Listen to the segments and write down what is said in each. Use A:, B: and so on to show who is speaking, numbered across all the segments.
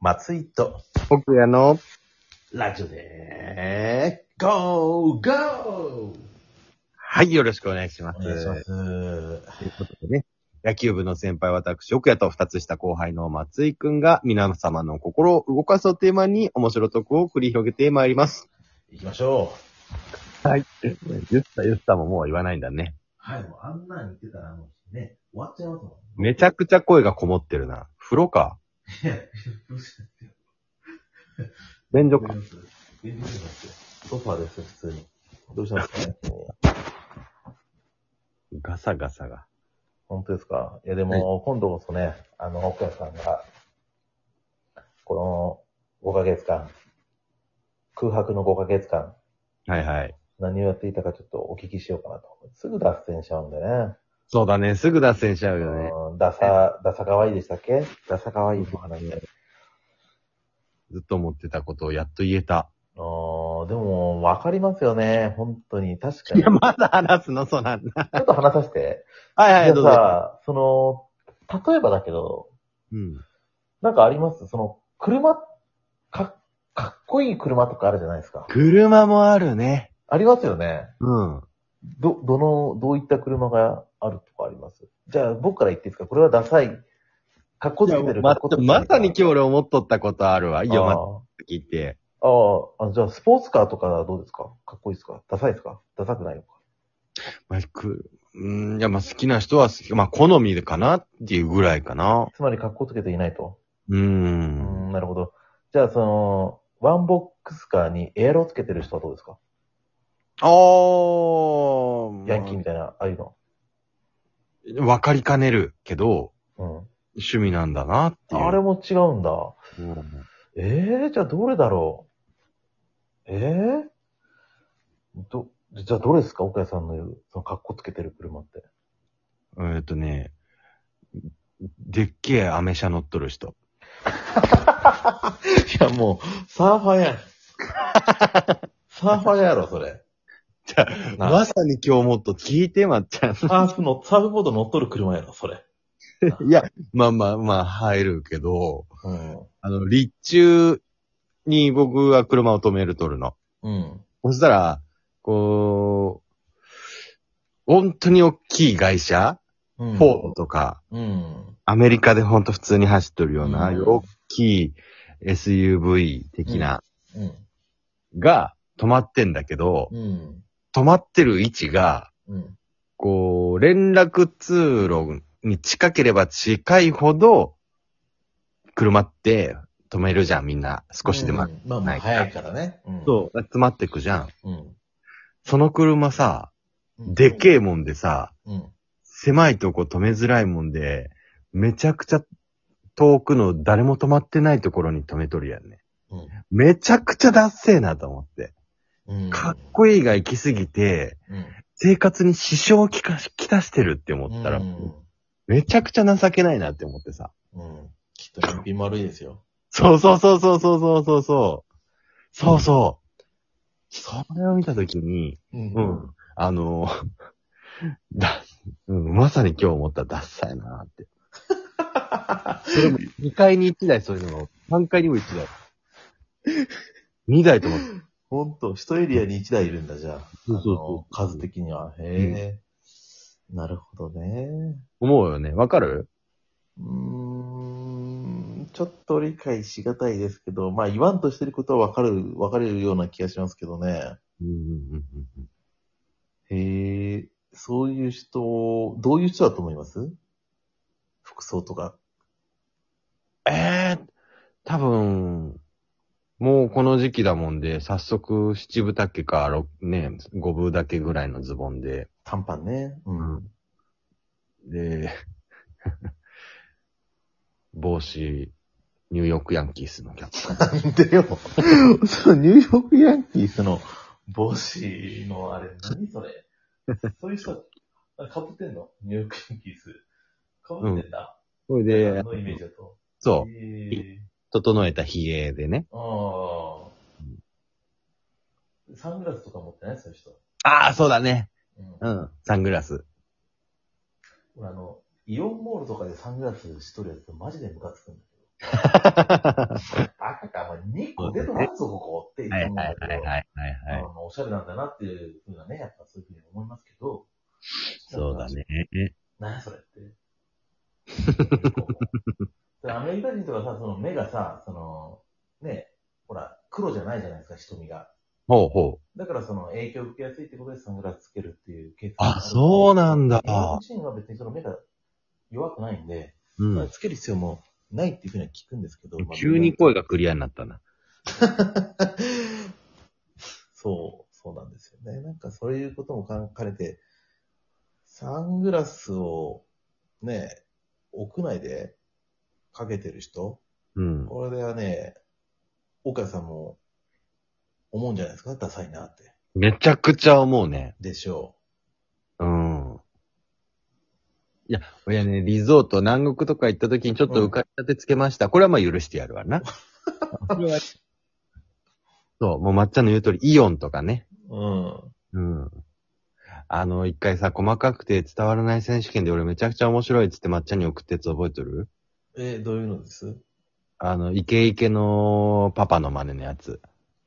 A: 松井と、
B: 奥屋の、
A: ラジオで、ゴーゴー
B: はい、よろしくお願いします。
A: お願いします。
B: ということでね、野球部の先輩私、奥屋と二つ下後輩の松井くんが皆様の心を動かすをテーマに面白トークを繰り広げてまいります。
A: 行きましょう。
B: はい。言った言ったももう言わないんだね。
A: はい、もうあんなん言ってたらもうね、終わっちゃいますもん。
B: めちゃくちゃ声がこもってるな。風呂か
A: いや、どうした
B: 便所
A: ど
B: か
A: うした全然どうしたソファーです、普通に。どうしたんですかね
B: ガサガサが。
A: 本当ですかいや、でも、今度こそね、あの、奥谷さんが、この5ヶ月間、空白の5ヶ月間、
B: はいはい。
A: 何をやっていたかちょっとお聞きしようかなと。すぐ脱線しちゃうんでね。
B: そうだね、すぐ脱線しちゃうよね。
A: うんダサ、ダサかわいいでしたっけダサかわいいお話で。
B: ずっと思ってたことをやっと言えた。
A: あーでも、わかりますよね。本当に。確か
B: い
A: に。ち
B: や、
A: ょ
B: まだ話すの、そうなんだ。
A: っと話させて。
B: はいはい、
A: で
B: どうぞ。
A: さ、その、例えばだけど、
B: うん。
A: なんかありますその、車、か、かっこいい車とかあるじゃないですか。
B: 車もあるね。
A: ありますよね。
B: うん。
A: ど、どの、どういった車があるとかありますじゃあ、僕から言っていいですかこれはダサい。かっこつけてる。
B: ま
A: かっこつけてる
B: まさに今日俺思っとったことあるわ。いや、
A: あ
B: ま
A: ー
B: た聞いて。
A: ああ、あじゃあ、スポーツカーとかはどうですかかっこいいですかダサいですかダサくないのか
B: まあ、くうん、いや、まあ好きな人は好き。まあ好みかなっていうぐらいかな。
A: つまり、格好つけていないと。
B: う。
A: うんん、なるほど。じゃあ、その、ワンボックスカーにエアロつけてる人はどうですか
B: あー。
A: ヤンキーみたいな、ああいうの。
B: ー。わかりかねるけど、
A: うん。
B: 趣味なんだなっていう。
A: あれも違うんだ。
B: うん
A: ええじゃあ、どれだろうええど、じゃあ、どれですか岡谷さんの言う、その、格好つけてる車って。
B: えーっとね、でっけえアメ車乗っとる人。
A: いや、もう、サーファー やん。サーファーやろ、それ。
B: じゃあ、まさに今日もっと聞いて、まっちゃん。
A: サーフの、サーフボード乗っとる車やろ、それ。
B: いや、まあまあまあ、入るけど、
A: うん。
B: あの、立中に僕は車を止めるとるの。
A: うん。
B: そしたら、こう、本当に大きい会社、
A: う
B: フ
A: ん
B: ォードとか、
A: うん。
B: アメリカで本当普通に走っとるような、
A: うん
B: 大きい SUV 的な、
A: うん。
B: が止まってんだけど、
A: うん。
B: 止まってる位置が、
A: うん。
B: こう、連絡通路に近ければ近いほど、車って止めるじゃん、みんな。少しでも。
A: うんまあまあ、早いからね。うん。
B: そう、詰まってくじゃん。
A: うん。
B: その車さ、
A: うん。
B: でけえもんでさ、
A: うん。
B: 狭いとこ止めづらいもんで、めちゃくちゃ遠くの誰も止まってないところに止めとるやんね。
A: うん。
B: めちゃくちゃダッセーなと思って。
A: うん。
B: かっこいいが行き過ぎて、
A: うん。
B: 生活に支障をきかし、きたしてるって思ったら
A: う、ん。
B: めちゃくちゃ情けないなって思ってさ。
A: うん。きっと燃費も悪いですよ。
B: そうそうそうそうそうそうそうそう。そうそう。それを見たときに、
A: うん
B: うん。あの、 だ、うん、まさに今日思ったダッサいなーって。それも2階に1台そういうの、3階にも1台。2台と思って。
A: ほんと、一エリアに一台いるんだ、じゃあ。
B: そうそ
A: あ
B: うそ
A: の数的には。へえ。なるほどね。
B: う。思うよね。わかる
A: うーん。ちょっと理解しがたいですけど、まあ言わんとしてることはわかる、わかれるような気がしますけどね。
B: うんうん
A: へえ、そういう人、どういう人だと思います服装とか。
B: うん。えー、多分、もうこの時期だもんで、早速七分丈か六ね、五分丈ぐらいのズボンで、
A: 短パンね。うん。
B: で、帽子、ニューヨークヤンキースのキャップ。
A: なんでよ。そのニューヨークヤンキースの帽子のあれ、何それそういう人、あかぶってんのニューヨークヤンキース。かぶってんだ。
B: それで
A: あ、のイメージだと。
B: そう、
A: へ
B: 整えた髭でね。
A: ー、ああ。サングラスとか持ってないそういう人。
B: ああ、そうだね。
A: うん
B: うん。サングラス。
A: 俺あの、イオンモールとかでサングラスしとるやつ、マジでムカつくんだ赤か、まあ、2個出とらんぞ、ここって
B: はいは
A: 言
B: い
A: うん
B: は
A: だ
B: い
A: け
B: はい
A: ど、
B: はい
A: あ
B: はい。
A: のおしゃれなんだなっていうふうなね、やっぱそういうふうに思いますけど、
B: そうだね。
A: 何やそれって。でアメリカ人とかさ、その目がさ、その、ね、ほら、黒じゃないじゃないですか、瞳が。
B: ほうほ
A: だからその影響を受けやすいってことでサングラスつけるっていうケース
B: あそうなんだ
A: 日本人は別にその目が弱くないんで、
B: う。う
A: まあ
B: ん。
A: つける必要もないっていうふうには聞くんですけど。まあ
B: 急に声がクリアになったな。
A: そう、そうなんですよね。なんかそういうことも考えて、サングラスをね、屋内でかけてる人、
B: うん。
A: これではね、岡さんも思うんじゃないですかダサいなって。
B: めちゃくちゃ思うね。
A: でしょ
B: うん。いや、いやね、リゾート、南国とか行った時にちょっと浮かれたてつけました。これはまあ許してやるわな。 それはそう、もう抹茶の言う通り、イオンとかね。
A: う。うん。
B: うん。あの、一回さ、細かくて伝わらない選手権で俺めちゃくちゃ面白いっつって抹茶に送ったやつ覚えてる
A: え、どういうのです
B: あの、イケイケのパパの真似のやつ。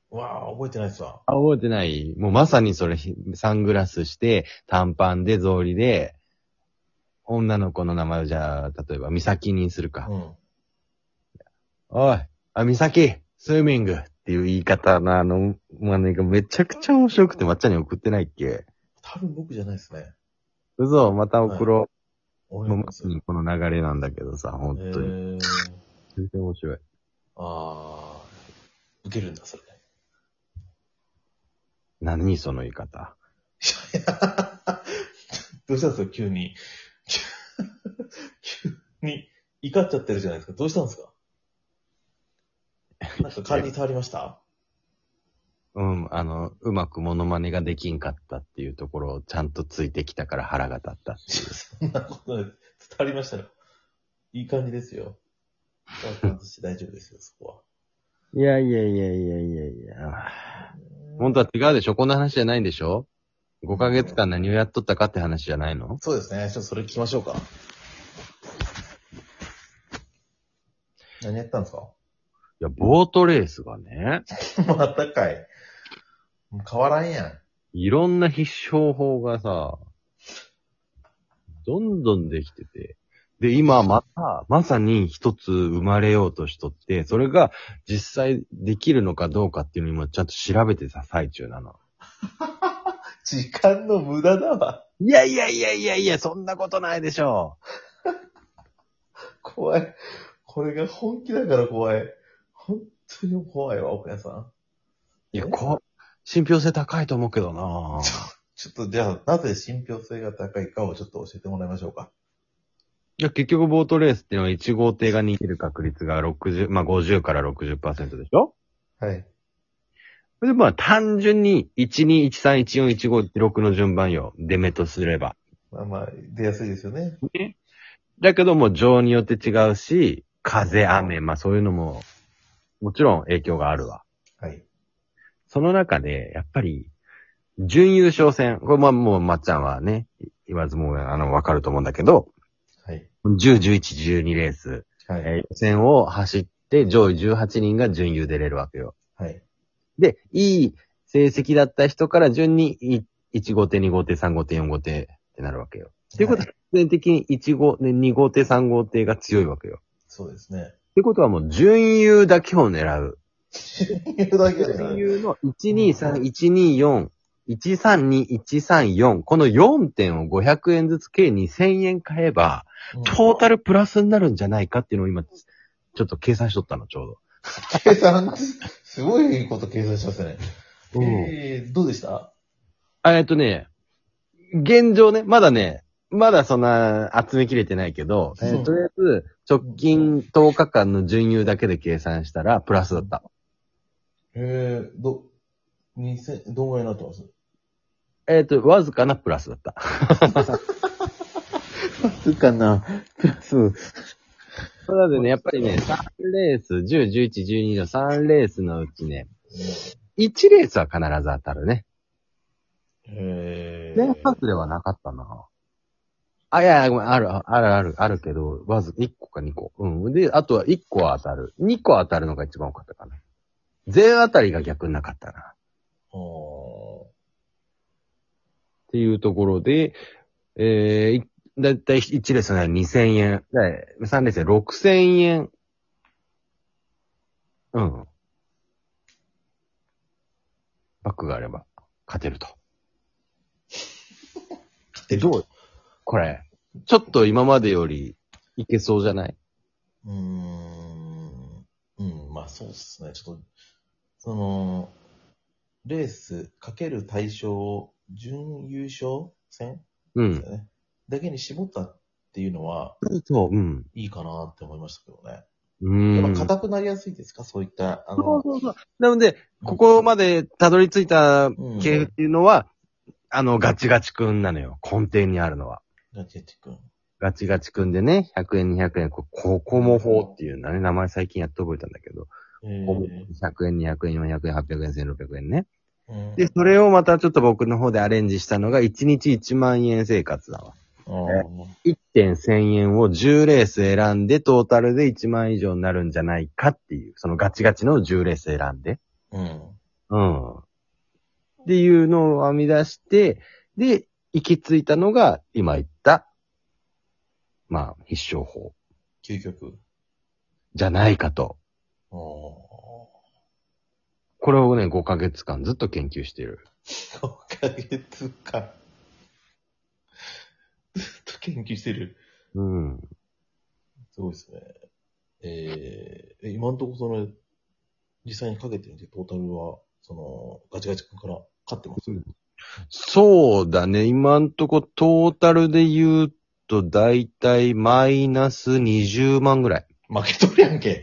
A: わあ、覚えてないっすわ。
B: あ、覚えてないもうまさにそれ、ひサングラスして、短パンで、草履で、女の子の名前をじゃあ、例えば、美咲にするか。
A: うん。
B: おい、あ、美咲、スイミングっていう言い方のあの、真似がめちゃくちゃ面白くて抹茶に送ってないっけ
A: 多分僕じゃないですね。
B: 嘘、また送ろう。
A: 俺
B: もう
A: なん
B: ま
A: です
B: さにこの流れなんだけどさ、本当に。
A: えー、
B: 全然面白い。
A: ああ、受けるんだ、それ。
B: 何その言い方。
A: いやどうしたんですか、急に。急に、怒っちゃってるじゃないですか。どうしたんですかなんか勘に触りました
B: うん、あの、うまくモノマネができんかったっていうところをちゃんとついてきたから腹が立ったっていう。
A: そんなことない伝わりましたよ。いい感じですよ。伝わったとして大丈夫ですよ、そこ
B: いやいやいやいやいやいや。
A: は。
B: 本当は違うでしょこんな話じゃないんでしょ ?5 ヶ月間何をやっとったかって話じゃないの
A: そうですね。ちょっとそれ聞きましょうか。何やったんですか
B: いや、ボートレースがね、
A: またかい。もう変わらんやん。
B: いろんな必勝法がさ、どんどんできてて。で、今また、まさに一つ生まれようとしとって、それが実際できるのかどうかっていうのを今ちゃんと調べてた最中なの。
A: 時間の無駄だわ。
B: いやいやいやいやいや、そんなことないでしょ
A: 怖い。これが本気だから怖い。本当に怖いわ、奥屋さん。
B: いや、こ、信憑性高いと思うけどな
A: ちょっとじゃあ、なぜ信憑性が高いかをちょっと教えてもらいましょうか。
B: いや、結局ボートレースっていうのは1号艇が逃げる確率が60、まあ50から60%でしょ
A: はい。
B: で、まあ単純に12、13、14、15、16の順番よ。出目とすれば。
A: まあまあ、出やすいですよね。
B: だけども、情によって違うし、風、雨、まあそういうのも、もちろん影響があるわ。
A: はい。
B: その中で、やっぱり、準優勝戦。これまあもう、まっちゃんはね、言わずもう、あの、わかると思うんだけど、
A: はい。
B: 10、11、12レース。
A: はい。
B: えー予選を走って上位18人が準優出れるわけよ。
A: はい。
B: で、いい成績だった人から順にい1号艇、2号艇、3号艇、4号艇ってなるわけよ。ということは、必然的に1号、ね、2号艇、3号艇が強いわけよ。
A: そうですね。
B: ってことはもう準優だけを狙う。
A: 言うだけでね。
B: 準優の123、124、132、134、この4点を500円ずつ計2000円買えば、トータルプラスになるんじゃないかっていうのを今、ちょっと計算しとったの、ちょうど。
A: 計算、すごいこと計算しますね。えー、どうでした
B: あえっとね、現状ね、まだね、まだそんな集めきれてないけど、えー
A: うん
B: とりあえず直近10日間の準優だけで計算したらプラスだった。
A: えー、ど、二千どんぐらいになってます
B: えっ、と、わずかなプラスだった。
A: すかな。プラス。
B: それでね、やっぱりね、3レース、10、11、12の3レースのうちね、1レースは必ず当たるね。
A: えー。
B: 連発ではなかったな。あ、いやいや、ごめん、ある、ある、ある、あるけど、まず1個か2個。うん。で、あとは1個は当たる。2個当たるのが一番多かったかな。全当たりが逆になかったな。
A: お
B: っていうところで、えーい、だいたい1レッスンなら2000円。で3レッスン6000円。うん。バックがあれば、勝てると。
A: ー。
B: どうこれ。ちょっと今までより、いけそうじゃないう
A: ーん。うん、まあそうっすね。ちょっと、その、レースかける対象を準優勝戦
B: うん。
A: ねだけに絞ったっていうのは
B: そう、うん。
A: いいかなって思いましたけどね。
B: うん。
A: やっぱ硬くなりやすいですかそういった、あ
B: そ
A: の
B: う、そうそう。なので、ここまでたどり着いた
A: うん
B: 系っていうのは、あの、ガチガチくんなのよ。根底にあるのは。
A: ガチェッチ君。
B: ガチガチくんでね、100円、200円、こここも法っていうのはね、名前最近やっと覚えたんだけど、
A: えー
B: 100円、200円、400円、800円、1600円ね。
A: うん
B: で、それをまたちょっと僕の方でアレンジしたのが、1日1万円生活だわ。
A: あー
B: 1.1000円を10レース選んで、トータルで1万以上になるんじゃないかっていう、そのガチガチの10レース選んで。
A: うん。
B: うん。っていうのを編み出して、で、行き着いたのが、今言った、まあ、必勝法
A: 究極。
B: じゃないかと。
A: あー
B: これをね、5ヶ月間ずっと研究している。
A: 5ヶ月間。ずっと研究してる。
B: うん。
A: すごいですね。えー、え今んとこその、実際にかけてみて、トータルは、その、ガチガチ君から勝ってます。
B: そうだね、今んとこトータルで言うと、だいたいマイナス20万ぐらい。
A: 負けとるやんけ。